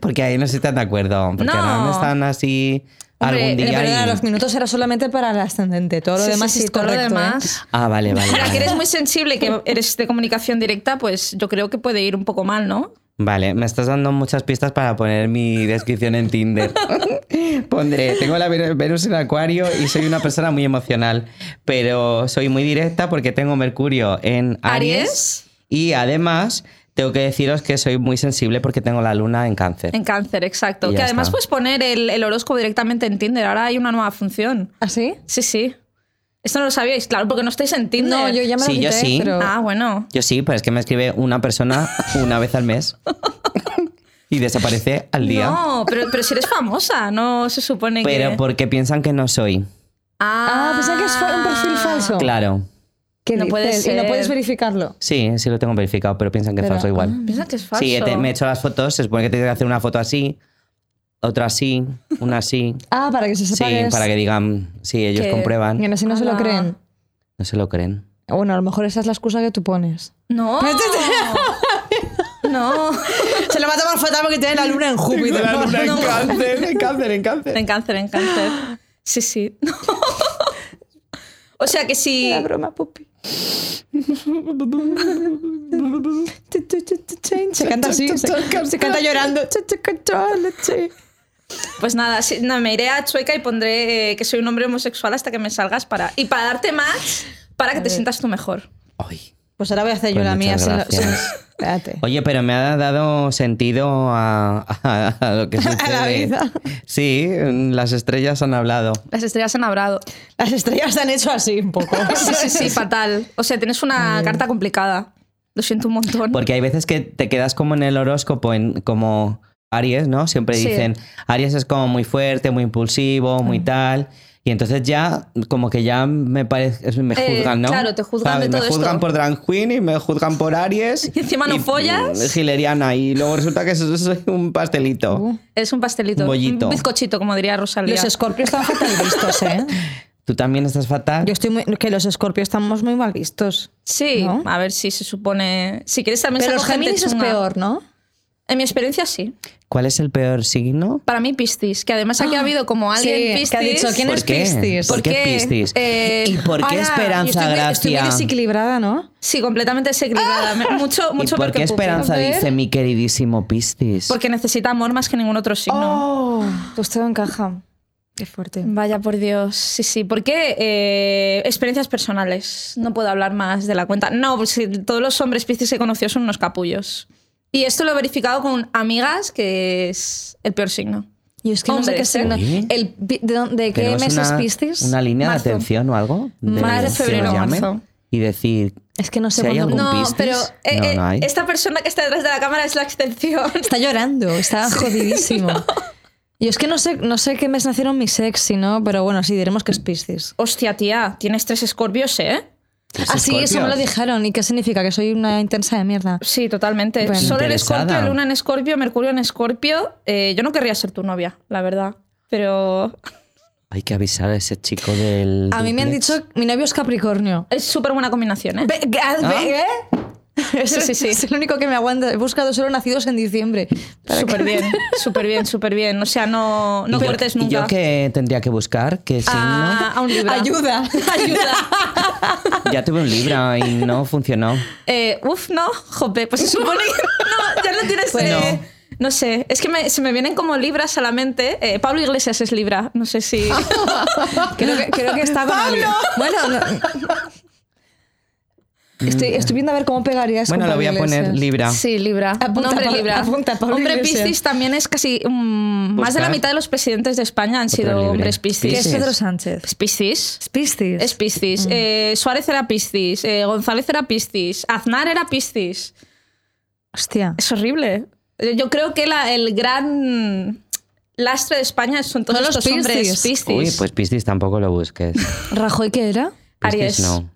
S4: Porque ahí no se están de acuerdo. Porque
S3: No.
S4: no, están así
S3: Hombre,
S4: algún
S1: Pero
S4: día.
S1: perdona,
S4: y-
S1: los minutos era solamente para el ascendente. Todo lo
S3: Sí, sí,
S1: demás
S3: sí,
S1: es
S3: todo lo
S1: correcto. ¿eh?
S3: demás.
S4: Ah, vale, vale.
S3: Para que
S4: vale.
S3: eres muy sensible, que eres de comunicación directa, pues yo creo que puede ir un poco mal, ¿no?
S4: Vale, me estás dando muchas pistas para poner mi descripción en Tinder. Pondré, tengo la Ven- Venus en Acuario y soy una persona muy emocional, pero soy muy directa porque tengo Mercurio en Aries.
S3: Aries.
S4: Y además, tengo que deciros que soy muy sensible porque tengo la luna en cáncer.
S3: En cáncer, exacto.
S4: Y ya
S3: Que además
S4: está.
S3: puedes poner el, el horóscopo directamente en Tinder. Ahora hay una nueva función.
S1: ¿Ah, sí?
S3: Sí, sí. Esto no lo sabíais, claro, porque no estáis en Tinder.
S1: No, yo ya me lo
S4: Sí, yo
S1: quité,
S4: sí.
S1: pero-
S3: Ah, bueno.
S4: Yo sí, pero es que me escribe una persona una vez al mes y desaparece al día.
S3: No, pero, pero si eres famosa, no se supone que.
S4: Pero pues, porque piensan que no soy.
S1: Ah, pensaba que es fa- un perfil falso.
S4: Claro.
S1: ¿Qué
S3: Ah. No puede
S1: dices? Y no
S3: ser.
S1: puedes verificarlo.
S4: Sí, sí lo tengo verificado, pero piensan que es
S1: Pero-
S4: falso igual.
S3: Piensa que es falso.
S4: Sí, te- me he hecho las fotos. Se supone que tienes que hacer una foto así, otra así, una así.
S1: Ah, para que se
S4: sí,
S1: sepa que es-
S4: para que digan, sí, ellos
S3: Que-
S4: comprueban.
S1: Que no, si no se lo
S3: Ala.
S1: creen.
S4: No se lo creen.
S1: Bueno, a lo mejor esa es la excusa que tú pones.
S3: No. no.
S1: Se lo va a tomar fatal porque tiene la luna en Júpiter.
S4: en cáncer, en cáncer, en cáncer.
S3: En cáncer, en cáncer. Sí, sí. o sea que si.
S1: broma, Pupi. Se canta así, se, se canta llorando.
S3: Pues nada, sí, no, me iré a Chueca y pondré eh, que soy un hombre homosexual hasta que me salgas para. Y para darte más, para que te sientas tú mejor.
S4: Ay.
S1: Pues ahora voy a hacer yo
S4: Pues
S1: la mía.
S4: muchas
S1: sin la-
S4: gracias.
S1: sin- Espérate.
S4: Oye, pero me ha dado sentido a, a- a lo que
S1: la
S4: sucede.
S1: vida.
S4: Sí, las estrellas han hablado.
S3: Las estrellas han hablado.
S1: Las estrellas se han hecho así un poco.
S3: Sí, sí, sí, fatal. O sea, tienes una carta complicada. Lo siento un montón.
S4: Porque hay veces que te quedas como en el horóscopo, en, como Aries, ¿no? Siempre
S3: Sí.
S4: dicen, Aries es como muy fuerte, muy impulsivo, muy tal. Y entonces ya, como que ya me parece, me
S3: Eh,
S4: juzgan, ¿no?
S3: claro, te juzgan de todo
S4: Me juzgan
S3: esto.
S4: por drag queen y me juzgan por Aries.
S3: Y encima no follas.
S4: Gileriana. Y luego resulta que soy soy un pastelito.
S3: Eres un pastelito.
S4: Un bollito.
S3: Un bizcochito, como diría Rosalía.
S1: Los escorpios están fatal vistos, ¿eh?
S4: Tú también estás fatal.
S1: Yo estoy muy, que los escorpios estamos muy mal vistos.
S3: Sí,
S1: ¿No?
S3: a ver si se supone. Si quieres también
S1: Pero
S3: saco
S1: los
S3: gente
S1: Géminis es
S3: chunga.
S1: peor, ¿no?
S3: En mi experiencia, sí.
S4: ¿Cuál es el peor signo?
S3: Para mí, Piscis. Que además aquí ha habido como alguien Piscis.
S1: Ah. que ha dicho, ¿quién
S4: ¿Por
S1: es
S4: qué?
S1: Piscis?
S4: ¿Por qué Piscis?
S3: eh,
S4: ¿Y por qué
S1: Ahora,
S4: Esperanza
S1: yo estoy muy- Estoy muy
S4: Gracia?
S1: desequilibrada, ¿no?
S3: Sí, completamente segregada. Me- Mucho,
S4: ¿Y
S3: mucho
S4: por
S3: peor
S4: qué
S3: que Pupi.
S4: Esperanza
S1: Ah. A ver.
S4: dice mi queridísimo Piscis?
S1: Oh.
S3: Porque necesita amor más que ningún otro signo.
S1: Pues todo encaja. Qué fuerte.
S3: Vaya por Dios, sí, sí. ¿Por qué? Eh, experiencias personales. No puedo hablar más de la cuenta. No, pues sí, todos los hombres piscis que he conocido son unos capullos. Y esto lo he verificado con amigas, que es el peor signo.
S1: Y es que no sé qué
S3: Hombres, ¿eh?
S1: signo.
S4: Oye.
S1: El pi- ¿De, dónde- de qué
S4: Tenemos
S1: mes es
S4: una-
S1: Piscis?
S4: Una línea
S3: Marzo.
S4: de atención o algo. de
S3: Marzo,
S4: que nos
S3: febrero,
S4: llamen
S3: marzo.
S4: Y decir,
S1: Es que no sé
S4: Si hay
S1: cuándo-
S4: algún-
S1: No,
S3: No,
S4: piscis?
S3: pero eh,
S4: No,
S3: eh,
S4: no hay.
S3: esta persona que está detrás de la cámara es la excepción.
S1: Está llorando, está jodidísimo. Y es que no sé, no sé qué mes nacieron mis ex, si no, pero bueno, sí, diremos que es Piscis.
S3: Hostia, tía, tienes tres escorpios, ¿eh?
S4: "Los
S1: Ah, sí, eso me lo
S4: escorpios".
S1: dijeron. ¿Y qué significa? Que soy una intensa de mierda.
S3: Sí, totalmente.
S1: Bueno.
S3: Sol en
S4: Interesada.
S3: escorpio, luna en escorpio, mercurio en escorpio. Eh, yo no querría ser tu novia, la verdad. Pero
S4: Hay que avisar a ese chico del.
S1: A mí me han
S4: duplex.
S1: dicho, mi novio es Capricornio.
S3: es súper buena combinación, ¿eh?
S1: Ve- ve-
S4: Ah.
S1: ve- ¿eh? Es,
S3: Sí, sí, sí.
S1: es el único que me aguanta. He buscado solo nacidos en diciembre. Para
S3: Súper
S1: que-
S3: bien, súper bien, súper bien. O sea, no, no
S4: ¿Y yo-
S3: cortes
S4: y
S3: nunca.
S4: yo que tendría que buscar? ¿Qué signo?
S1: Ah.
S3: a, Ah, a un libro.
S1: Ayuda.
S3: Ayuda.
S4: Ya tuve un libro y no funcionó.
S3: Eh, uf, no, jope, pues se supone que no, ya no tienes...
S4: Pues
S1: Bueno.
S3: eh, no sé, es que me- se me vienen como libras a la mente. Eh, Pablo Iglesias es libra, no sé si...
S1: Creo que, creo que está con alguien. Bueno, no- Estoy, estoy viendo a ver cómo pegarías.
S4: Mm. Bueno,
S1: con
S4: lo voy a
S1: Pablo
S4: poner
S1: Iglesias.
S4: Libra.
S3: Sí, Libra.
S1: Apunta,
S3: Un hombre
S1: Pablo-
S3: Libra.
S1: apunta, Pablo
S3: hombre
S1: Iglesias.
S3: Piscis también es casi mm, más de la
S4: Buscar.
S3: mitad de los presidentes de España han sido
S4: libre.
S3: hombres
S1: ¿Qué
S3: Piscis.
S1: es
S4: Piscis.
S1: Pedro Sánchez?
S3: Es Piscis.
S1: Es Piscis.
S3: Es
S1: Mm.
S3: Piscis. Eh, Suárez era Piscis. Eh, González era Piscis. Aznar era Piscis.
S1: Hostia.
S3: Es horrible. Eh, Yo creo que la- el gran lastre de España son todos
S1: Son los
S3: los hombres
S1: Piscis.
S3: Piscis.
S4: Uy, pues Piscis tampoco lo busques.
S1: ¿Rajoy qué era?
S3: Aries.
S4: Piscis no.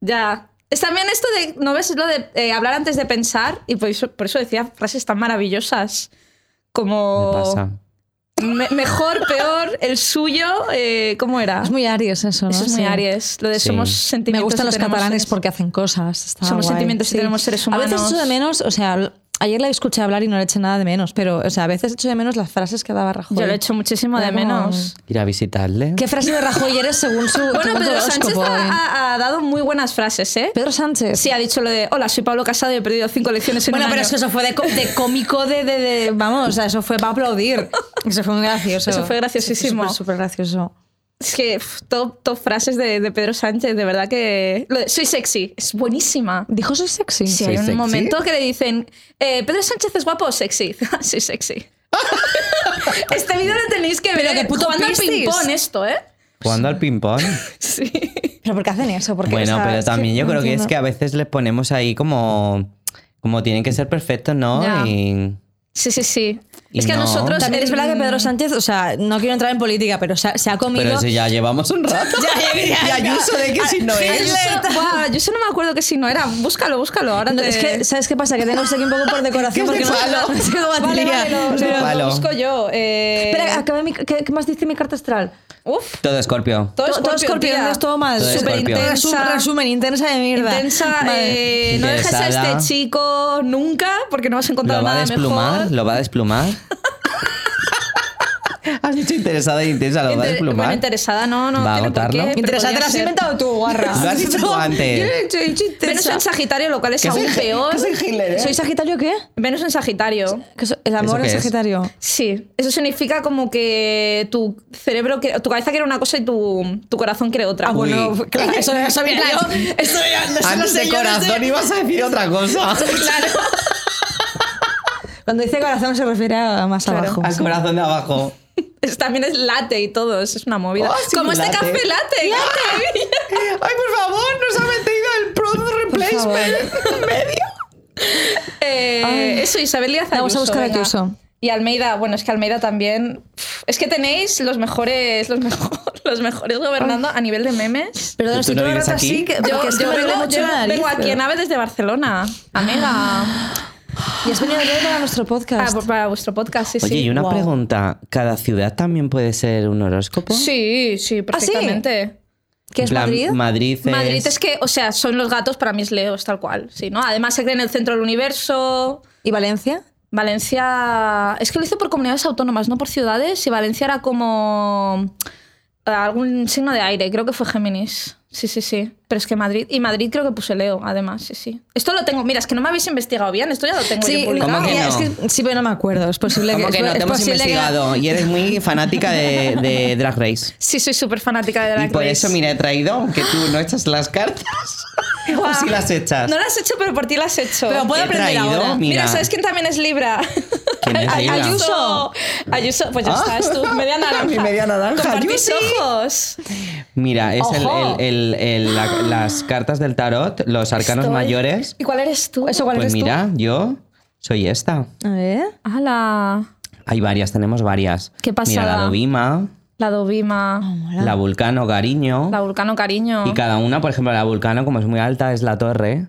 S3: Ya. Es también esto de, ¿no ves lo de eh, hablar antes de pensar? Y por eso, por eso decía frases tan maravillosas como...
S4: Me pasa.
S3: Me- mejor, peor, el suyo, eh, ¿cómo era?
S1: Es muy Aries eso, ¿no?
S3: Eso es muy
S1: Sí.
S3: Aries. Lo de
S4: Sí.
S3: somos
S4: Me
S1: Me
S3: sentimientos.
S1: gustan
S3: y
S1: los
S3: tenemos
S1: catalanes
S3: seres.
S1: porque hacen cosas. está
S3: Somos
S1: guay.
S3: sentimientos y tenemos seres humanos.
S1: A veces echo de menos, o sea, l- ayer la escuché hablar y no le eché nada de menos, pero o sea, a veces echo de menos las frases que daba Rajoy.
S3: Yo lo echo muchísimo de
S1: Era como-
S3: menos.
S4: Ir a visitarle.
S1: ¿Qué frase de Rajoy eres según su
S3: Bueno,
S1: según tu
S3: Pedro Sánchez
S1: horóscopo, eh?
S3: ha, ha dado muy buenas frases, ¿eh?
S1: Pedro Sánchez.
S3: Sí, ha dicho lo de, hola, soy Pablo Casado y he perdido cinco elecciones en
S1: Bueno,
S3: un
S1: pero
S3: año".
S1: es que eso fue de, co- de cómico de, de- de- Vamos, o sea, eso fue para aplaudir. Eso fue muy gracioso.
S3: Eso fue graciosísimo.
S1: Súper, súper gracioso.
S3: Es que pf, top, top frases de, de Pedro Sánchez, de verdad que... lo de, soy sexy, es buenísima.
S1: ¿Dijo soy sexy?
S3: Sí, hay
S4: ¿Soy
S3: un
S4: sexy?
S3: momento que le dicen, eh, Pedro Sánchez es guapo o sexy. Soy sexy. este vídeo lo tenéis que ver.
S1: Pero qué puto
S3: Jugando al
S1: piscis.
S3: ping-pong esto, ¿eh?
S4: Jugando al ping-pong.
S3: Sí.
S1: ¿Pero por qué hacen eso? Porque,
S4: Bueno,
S1: o sea,
S4: pero
S1: es que
S4: también yo
S1: no
S4: creo que es
S1: entiendo.
S4: que a veces les ponemos ahí como. Como tienen que ser perfectos, ¿no?
S3: Ya.
S4: Y.
S3: Sí, sí, sí.
S4: Y
S3: es que
S4: no.
S3: a nosotros... Mm.
S1: También es verdad que Pedro Sánchez, o sea, no quiero entrar en política, pero se ha, se ha comido.
S4: Pero eso ya llevamos un rato. y Ayuso de que si no es.
S3: Sánchez... yo eso no me acuerdo que si no era. Búscalo, búscalo. Ahora
S1: No,
S3: te-
S1: Es que, ¿sabes qué pasa? Que tengo usted aquí un poco por decoración porque
S4: Que es de
S1: no,
S4: palo.
S1: no tengo
S3: Vale,
S1: batería.
S3: vale, lo,
S1: Pero-
S3: lo- lo
S4: Palo.
S3: busco yo. Eh...
S1: Espera, acabé mi- ¿qué, qué más dice mi carta astral?
S3: Uf.
S4: Todo escorpio.
S3: Todo Scorpio,
S1: Scorpio,
S3: tía.
S1: no es todo mal.
S4: Todo
S1: Súper
S4: Scorpio.
S1: intensa.
S3: Intensa.
S1: Resumen, intensa de mierda.
S3: Intensa,
S1: Vale.
S3: eh, no dejes a
S4: Interesada.
S3: este chico nunca porque no vas a encontrar
S4: Lo va a
S3: nada
S4: desplumar,
S3: mejor.
S4: lo va a desplumar. Has dicho interesada e intensa, lo va a
S3: Inter-
S4: desplumar.
S3: bueno, interesada no, no
S4: Va a
S3: tiene por
S4: agotarlo.
S3: qué.
S1: Interesante,
S3: podría
S1: te la has
S3: ser.
S1: inventado tú, guarra.
S4: Lo has dicho tú antes.
S1: Yo he dicho- he dicho intensa.
S3: Menos en Sagitario, lo cual es aún peor.
S1: ¿Soy ¿eh? Sagitario qué?
S3: Menos en Sagitario.
S1: ¿Qué so- ¿El amor
S4: ¿Eh? ¿Eso qué
S1: en
S4: es?
S1: Sagitario?
S3: Sí, eso significa como que tu cerebro, que, tu cabeza quiere una cosa y tu, tu corazón quiere otra.
S4: Ah, bueno, Uy.
S1: claro, eso no sabía yo. Eso
S4: Antes de corazón ibas a decir otra cosa.
S1: Cuando dice corazón se refiere a más abajo.
S3: Ah,
S4: Al corazón de abajo.
S3: Es- también es late y todo, es es una movida.
S4: Oh, sí,
S3: como este
S4: latte.
S3: café late.
S4: Ay, por favor, nos ha metido el product replacement.
S3: Eh,
S1: Ay.
S3: eso, Isabel Díaz Ayuso.
S1: Vamos a buscar a
S3: venga.
S1: Ayuso.
S3: Y Almeida, bueno, es que Almeida también. pff, Es que tenéis los mejores, los mejor- los mejores gobernando a nivel de memes.
S1: Perdón,
S4: ¿Tú
S1: estoy
S4: no
S1: todo el
S4: vives
S1: rato
S4: aquí?
S1: así, que-
S3: Yo,
S1: porque es que
S3: yo
S1: me duele
S3: vengo,
S1: mucho
S3: yo
S1: la nariz,
S3: vengo aquí
S1: pero- Ah.
S3: en AVE desde Barcelona. Amiga.
S1: Y has venido todo para nuestro
S3: Ah,
S1: podcast.
S3: por- para vuestro podcast, sí,
S4: Oye,
S3: sí.
S4: y una
S1: Wow.
S4: pregunta. ¿Cada ciudad también puede ser un horóscopo?
S1: ¿Ah,
S3: Sí, sí, perfectamente.
S1: ¿Qué
S4: En
S1: es
S4: plan,
S1: Madrid?
S4: Madrid es...
S3: Madrid es que, o sea, son los gatos para mis leos, tal cual. Sí, ¿no? Además se cree en el centro del universo.
S1: ¿Y Valencia?
S3: Valencia. Es que lo hizo por comunidades autónomas, no por eh, ciudades. Y Valencia era como. algún signo de aire. Creo que fue Géminis. Sí, sí, sí. Pero es que Madrid. Y Madrid creo que puse Leo, además. Sí, sí. Esto lo tengo. Mira, es que no me habéis investigado bien. Esto ya lo tengo. yo
S1: Sí,
S3: publicado.
S4: ¿Cómo que
S1: ya,
S4: no?
S1: es que- sí, pero no me acuerdo. Es posible
S4: Como
S1: que,
S4: que no
S1: es
S4: te hemos
S1: posible que-
S4: investigado y eres muy fanática de, de Drag Race.
S3: Sí, soy súper fanática de la
S4: Y por eso, mira, he traído que tú no echas las cartas. o si las echas.
S3: No las he hecho, pero por ti las he hecho.
S1: Pero puedo
S4: He
S1: aprender
S4: traído,
S1: ahora.
S4: mi-
S3: Mira,
S4: Mira.
S3: ¿sabes quién también es Libra?
S4: ¿Quién es
S3: Ay-
S4: Libra?
S3: Ayuso. Ayuso, pues ya
S4: Ah.
S3: está, es tu media naranja.
S4: Mi media naranja,
S3: Compartís
S4: Ayuso.
S3: ojos.
S4: Mira, es el-
S3: Ojo.
S4: el- el- el- la- las cartas del tarot, los arcanos
S3: Estoy-
S4: mayores.
S3: ¿Y cuál eres tú? ¿Eso cuál
S4: Pues
S3: eres
S4: mira, yo soy esta.
S1: A ver.
S3: tú? Ah, la,
S4: Hay varias, tenemos varias.
S3: Qué
S4: Mira, la
S3: pasada.
S4: Dovima,
S3: la Dovima,
S1: Mola.
S4: la Vulcano Gariño.
S3: la Vulcano Cariño.
S4: Ah. Y cada una, por ejemplo, la Vulcano, como es muy alta, es la torre.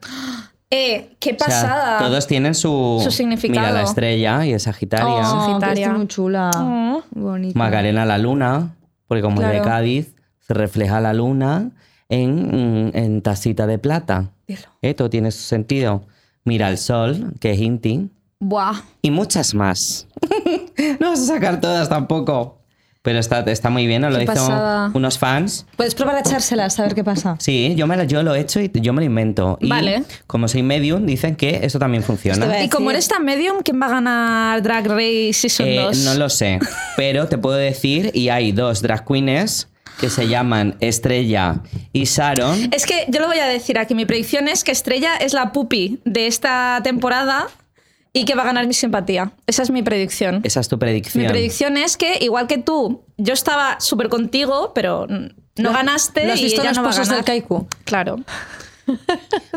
S3: Eh, qué
S4: O sea,
S3: pasada.
S4: todos tienen su,
S3: Su significado.
S4: Mira, la estrella y es Sagitaria.
S3: Oh.
S1: que
S3: Sagitaria.
S1: está muy chula.
S3: Oh.
S1: Bonita.
S4: Macarena la luna, porque como es
S3: Claro.
S4: de Cádiz, se refleja la luna en, mm, en tacita de plata.
S3: Dilo.
S4: Esto tiene su sentido. Mira el sol, que es Inti,
S3: Buah.
S4: y muchas más. no vas a sacar todas tampoco. Pero está, está muy bien, nos lo
S3: Qué
S4: hizo
S3: pasada.
S4: unos fans.
S1: Puedes probar a echárselas, a ver qué pasa.
S4: Sí, yo, me lo, yo lo he hecho y yo me lo invento. Y
S3: Vale.
S4: como soy medium, dicen que esto también funciona.
S1: Esto va-
S3: Y como
S1: Decir-
S3: eres tan medium, ¿quién va a ganar Drag Race Season
S4: Eh,
S3: 2?
S4: no lo sé, pero te puedo decir, y hay dos drag queens que se llaman Estrella y Sharon.
S3: Es que yo lo voy a decir aquí. Mi predicción es que Estrella es la pupi de esta temporada y que va a ganar mi simpatía. Esa es mi predicción.
S4: Esa es tu
S3: Mi
S4: predicción.
S3: predicción es que, igual que tú, yo estaba súper contigo, pero mm, no ganaste
S1: ¿Lo has
S3: y
S1: visto
S3: ella
S1: en los
S3: no va a
S1: pozos del
S3: ganar.
S1: Kaiku?
S3: Claro.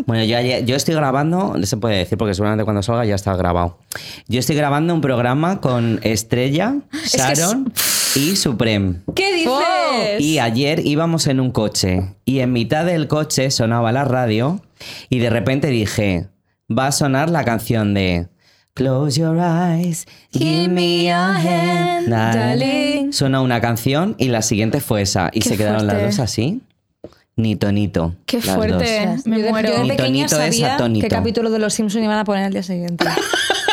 S4: Bueno, yo, ayer- yo estoy grabando, se puede decir porque seguramente cuando salga ya está grabado. Yo estoy grabando un programa con Estrella,
S3: que es-
S4: Sharon y Supreme.
S3: ¿Qué dices?
S1: Oh,
S4: Y ayer íbamos en un coche y en mitad del coche sonaba la radio y de repente dije, va a sonar la canción de Close your eyes, give me a hand, darling. Sonó una canción y la siguiente fue esa y
S3: Qué
S4: se quedaron
S3: fuerte.
S4: las dos así, ni tonito.
S3: Qué
S4: las
S3: fuerte.
S4: dos.
S1: Ostras,
S3: Me
S1: yo de-
S3: muero.
S1: Yo de
S4: Ni
S1: pequeña
S4: tonito es
S1: sabía
S4: atónito.
S1: qué capítulo de Los Simpsons iban a poner al día siguiente.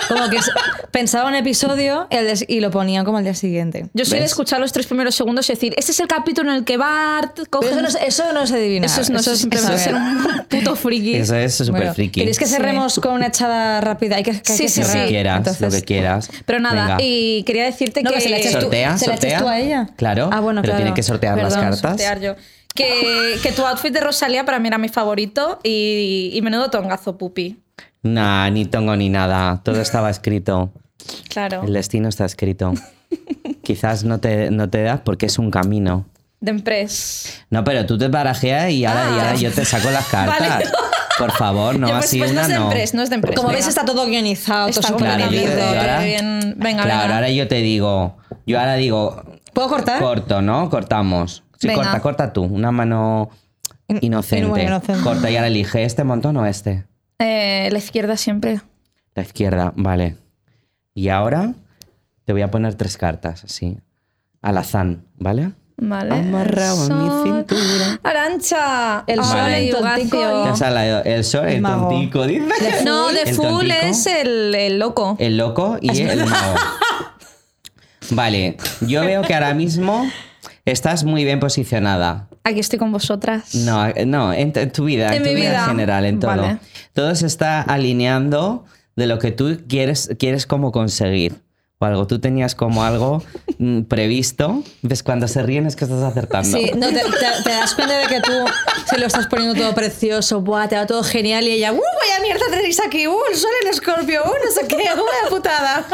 S1: como que s- pensaba un episodio y, al día- y lo ponían como al día siguiente.
S3: Yo soy de
S4: ¿Ves?
S3: escuchar los tres primeros segundos y decir, este es el capítulo en el que Bart coge...
S1: Pero eso, no, se- eso no se adivina.
S3: Eso es no sé, simplemente ser un puto friki.
S4: Eso es súper friki.
S1: ¿Queréis que
S3: Sí.
S1: cerremos con una echada rápida? Hay que, que hay
S3: Sí,
S1: que
S3: sí,
S4: lo
S1: cerrar.
S4: que quieras, lo
S1: Entonces-
S4: que quieras.
S3: Pero nada,
S4: Venga.
S3: y quería decirte
S1: No,
S3: que...
S1: que se la echas tú.
S4: Sortea,
S1: ¿Se la echas
S4: sortea.
S1: tú a ella?
S4: Claro,
S1: Ah, bueno,
S4: pero
S1: claro.
S4: tienen que sortear las
S1: Perdón,
S4: cartas.
S3: sortear yo. Que, que tu outfit de Rosalía para mí era mi favorito y, y menudo tongazo pupi.
S4: Nah, ni tongo ni nada, todo estaba escrito.
S3: Claro.
S4: El destino está escrito. Quizás no te, no te das porque es un camino.
S3: De empress.
S4: No, pero tú te barajeas y ahora, y ahora yo te saco las cartas.
S3: Ah. Vale.
S4: Por favor, no
S3: Ya, pues,
S4: así
S3: pues no
S4: una
S3: es de
S4: no.
S3: empress, no es de empress.
S1: Como
S3: Venga.
S1: ves, está todo guionizado,
S3: Está
S1: todo súper
S4: Claro, yo te- yo
S3: Venga, venga,
S4: ahora,
S3: bien. Venga,
S4: claro,
S3: venga.
S4: ahora yo te digo, yo ahora digo,
S1: ¿Puedo cortar?
S4: corto, ¿no? Cortamos. Sí,
S3: Venga.
S4: corta, corta tú, una mano inocente.
S1: bueno, inocente.
S4: Corta y ahora elige este montón o este.
S3: Eh, la izquierda siempre.
S4: La izquierda, vale. Y ahora te voy a poner tres cartas, así, al azar, ¿vale?
S3: Vale.
S4: Amarrado a mi cintura.
S3: Arancha.
S1: El
S4: sol, el
S1: tontico
S3: Yugacio.
S4: Ya sale el sol, el
S1: mago.
S4: tontico, dice.
S3: No, de
S4: El Eh.
S3: full
S4: tontico,
S3: es el, el loco.
S4: El loco y el mago. Vale, yo veo que ahora mismo estás muy bien posicionada.
S3: Aquí estoy con vosotras.
S4: No, eh, no, en, t- en tu vida, en,
S3: En
S4: tu
S3: mi
S4: vida,
S3: vida.
S4: en general, en todo.
S3: Vale.
S4: Todo se está alineando de lo que tú quieres, quieres como conseguir. O algo, tú tenías como algo mm, previsto. ¿Ves? Cuando se ríen es que estás acertando.
S1: Sí, no, te, te- te das cuenta de que tú se lo estás poniendo todo precioso, buah, te va todo genial y ella, ¡uh, vaya mierda tenéis aquí! ¡Uh, el sol en escorpio! ¡Uh, no sé qué! ¡Uh, la putada!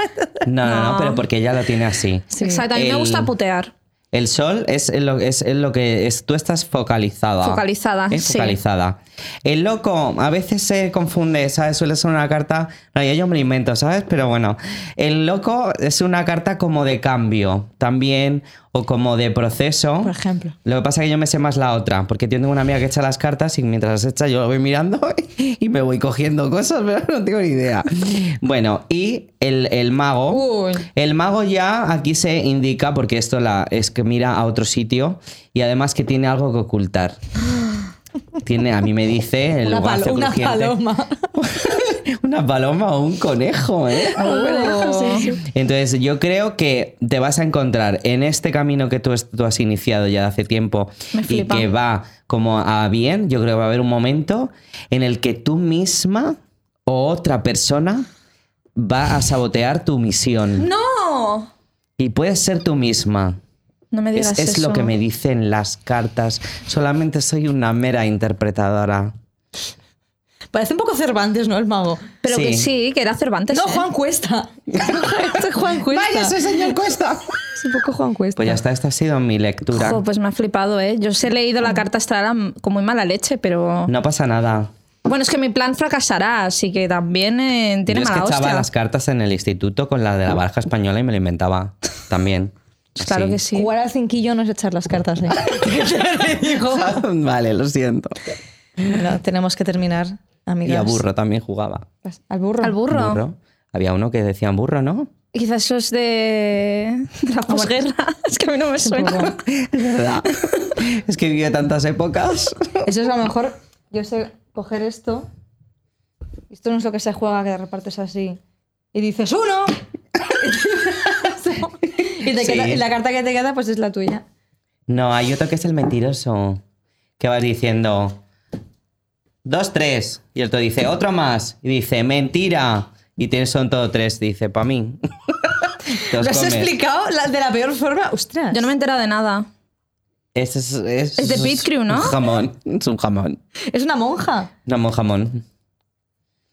S4: No, no,
S3: No.
S4: no, pero porque ella lo tiene así.
S1: Sí.
S3: Exacto, a mí me
S4: El-
S3: gusta putear.
S4: El sol es en lo, es en lo que es, tú estás focalizada.
S3: Focalizada,
S4: ¿eh?
S3: sí.
S4: Focalizada. El loco a veces se confunde, ¿sabes? Suele ser una carta. No, ya yo me lo invento, ¿sabes? Pero bueno. El loco es una carta como de cambio también o como de proceso.
S1: Por ejemplo.
S4: Lo que pasa es que yo me sé más la otra, porque yo tengo una amiga que echa las cartas y mientras las echa yo lo voy mirando y me voy cogiendo cosas, pero no tengo ni idea. Bueno, y el, el mago.
S1: Uy.
S4: El mago ya aquí se indica, porque esto la, es que mira a otro sitio y además que tiene algo que ocultar. Tiene, a mí me dice el
S1: Una, palo-
S4: guazo
S1: una
S4: crujiente.
S1: paloma.
S4: una paloma o un conejo, ¿eh?
S1: Oh,
S4: Entonces, yo creo que te vas a encontrar en este camino que tú, es- tú has iniciado ya de hace tiempo
S3: Me
S4: y
S3: flipa.
S4: que va como a bien, yo creo que va a haber un momento en el que tú misma o otra persona va a sabotear tu misión.
S3: ¡No!
S4: Y puedes ser tú misma.
S3: No me digas
S4: Es, es
S3: eso.
S4: lo que me dicen las cartas. Solamente soy una mera interpretadora.
S1: Parece un poco Cervantes, ¿no? El mago.
S3: Pero que
S4: Sí.
S3: sí, que era Cervantes.
S1: No,
S3: ¿eh?
S1: Juan Cuesta. Este es Juan Cuesta.
S4: señor Cuesta!
S1: Es un poco Juan Cuesta.
S4: Pues ya está, esta ha sido mi lectura.
S3: Jo, pues me ha flipado, ¿eh? Yo os he leído la carta astral am- con muy mala leche, pero...
S4: No pasa nada.
S3: Bueno, es que mi plan fracasará, así que también eh, tiene
S4: Yo es que
S3: mala
S4: echaba
S3: hostia.
S4: las cartas en el instituto con la de la baraja española y me lo inventaba también.
S3: Claro que sí.
S1: Jugar al cinquillo no es echar las cartas, ¿eh?
S3: Oh.
S4: vale, lo siento.
S1: Bueno, tenemos que terminar,
S4: Y
S1: amigas. Pues,
S4: a burro también jugaba.
S1: Al burro.
S3: Al burro.
S4: Burro. Había uno que decía burro, ¿no?
S3: Quizás eso es de, de la posguerra. Es que a mí no me suena.
S4: Es verdad. es que vivió tantas épocas.
S1: Eso es a lo mejor. Yo sé coger esto. Esto no es lo que se juega, que repartes así. Y dices uno. y, te
S4: Sí.
S1: queda- y la carta que te queda, pues es la tuya.
S4: No, hay otro que es el mentiroso. Que vas diciendo dos, tres. Y el otro dice otro más. Y dice mentira. Y te- son todo tres. Dice para mí. Te los
S1: Lo has
S4: comes.
S1: explicado la- de la peor forma. Ostras.
S3: Yo no me he enterado de nada.
S4: Es, es,
S3: Es de Pit Crew, ¿no?
S4: Un jamón. Es un jamón.
S1: Es una monja.
S4: No, un jamón.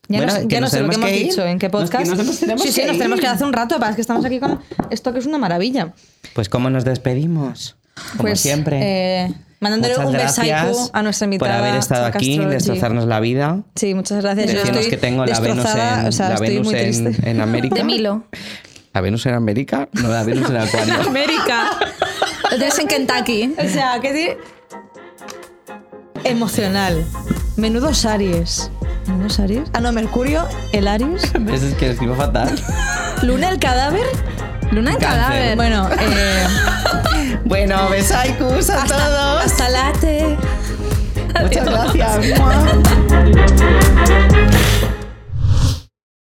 S1: Ya
S4: Bueno,
S1: no, sé-
S4: que
S1: ya no
S4: nos
S1: sé lo que hemos
S4: tenemos que ir.
S1: dicho, en qué
S4: Nos- que
S1: podcast.
S4: nos hemos- tenemos
S1: sí, sí,
S4: que
S1: nos tenemos
S4: ir.
S1: que ir hace un rato, para que estamos aquí con esto que es una maravilla.
S4: Pues cómo nos despedimos. Como
S1: pues
S4: siempre.
S1: eh, mandándole
S4: Muchas
S1: un
S4: gracias
S1: besaiku a nuestra invitada.
S4: Por haber estado
S1: Sol
S4: aquí,
S1: Castro, sí.
S4: destrozarnos la vida.
S1: Sí, muchas gracias. Yo
S4: Decirnos
S1: estoy
S4: que tengo la Venus
S1: destrozada,
S4: en,
S1: o sea,
S4: la
S1: estoy
S4: Venus
S1: muy triste.
S4: en, en América.
S3: De Milo.
S4: ¿La Venus en América? No, la Venus en Acuario.
S3: América. Lo tienes en Kentucky.
S1: O sea, que decir? Emocional. Menudos Aries. ¿Menudos Aries? Ah, no, Mercurio, el Aries.
S4: ¿Ves? Es que escribo fatal.
S1: Luna, el cadáver.
S3: Luna en
S4: Cáncer.
S3: cadáver.
S1: Bueno, eh,
S4: Bueno, besaikus a todos.
S1: hasta late.
S4: Muchas gracias.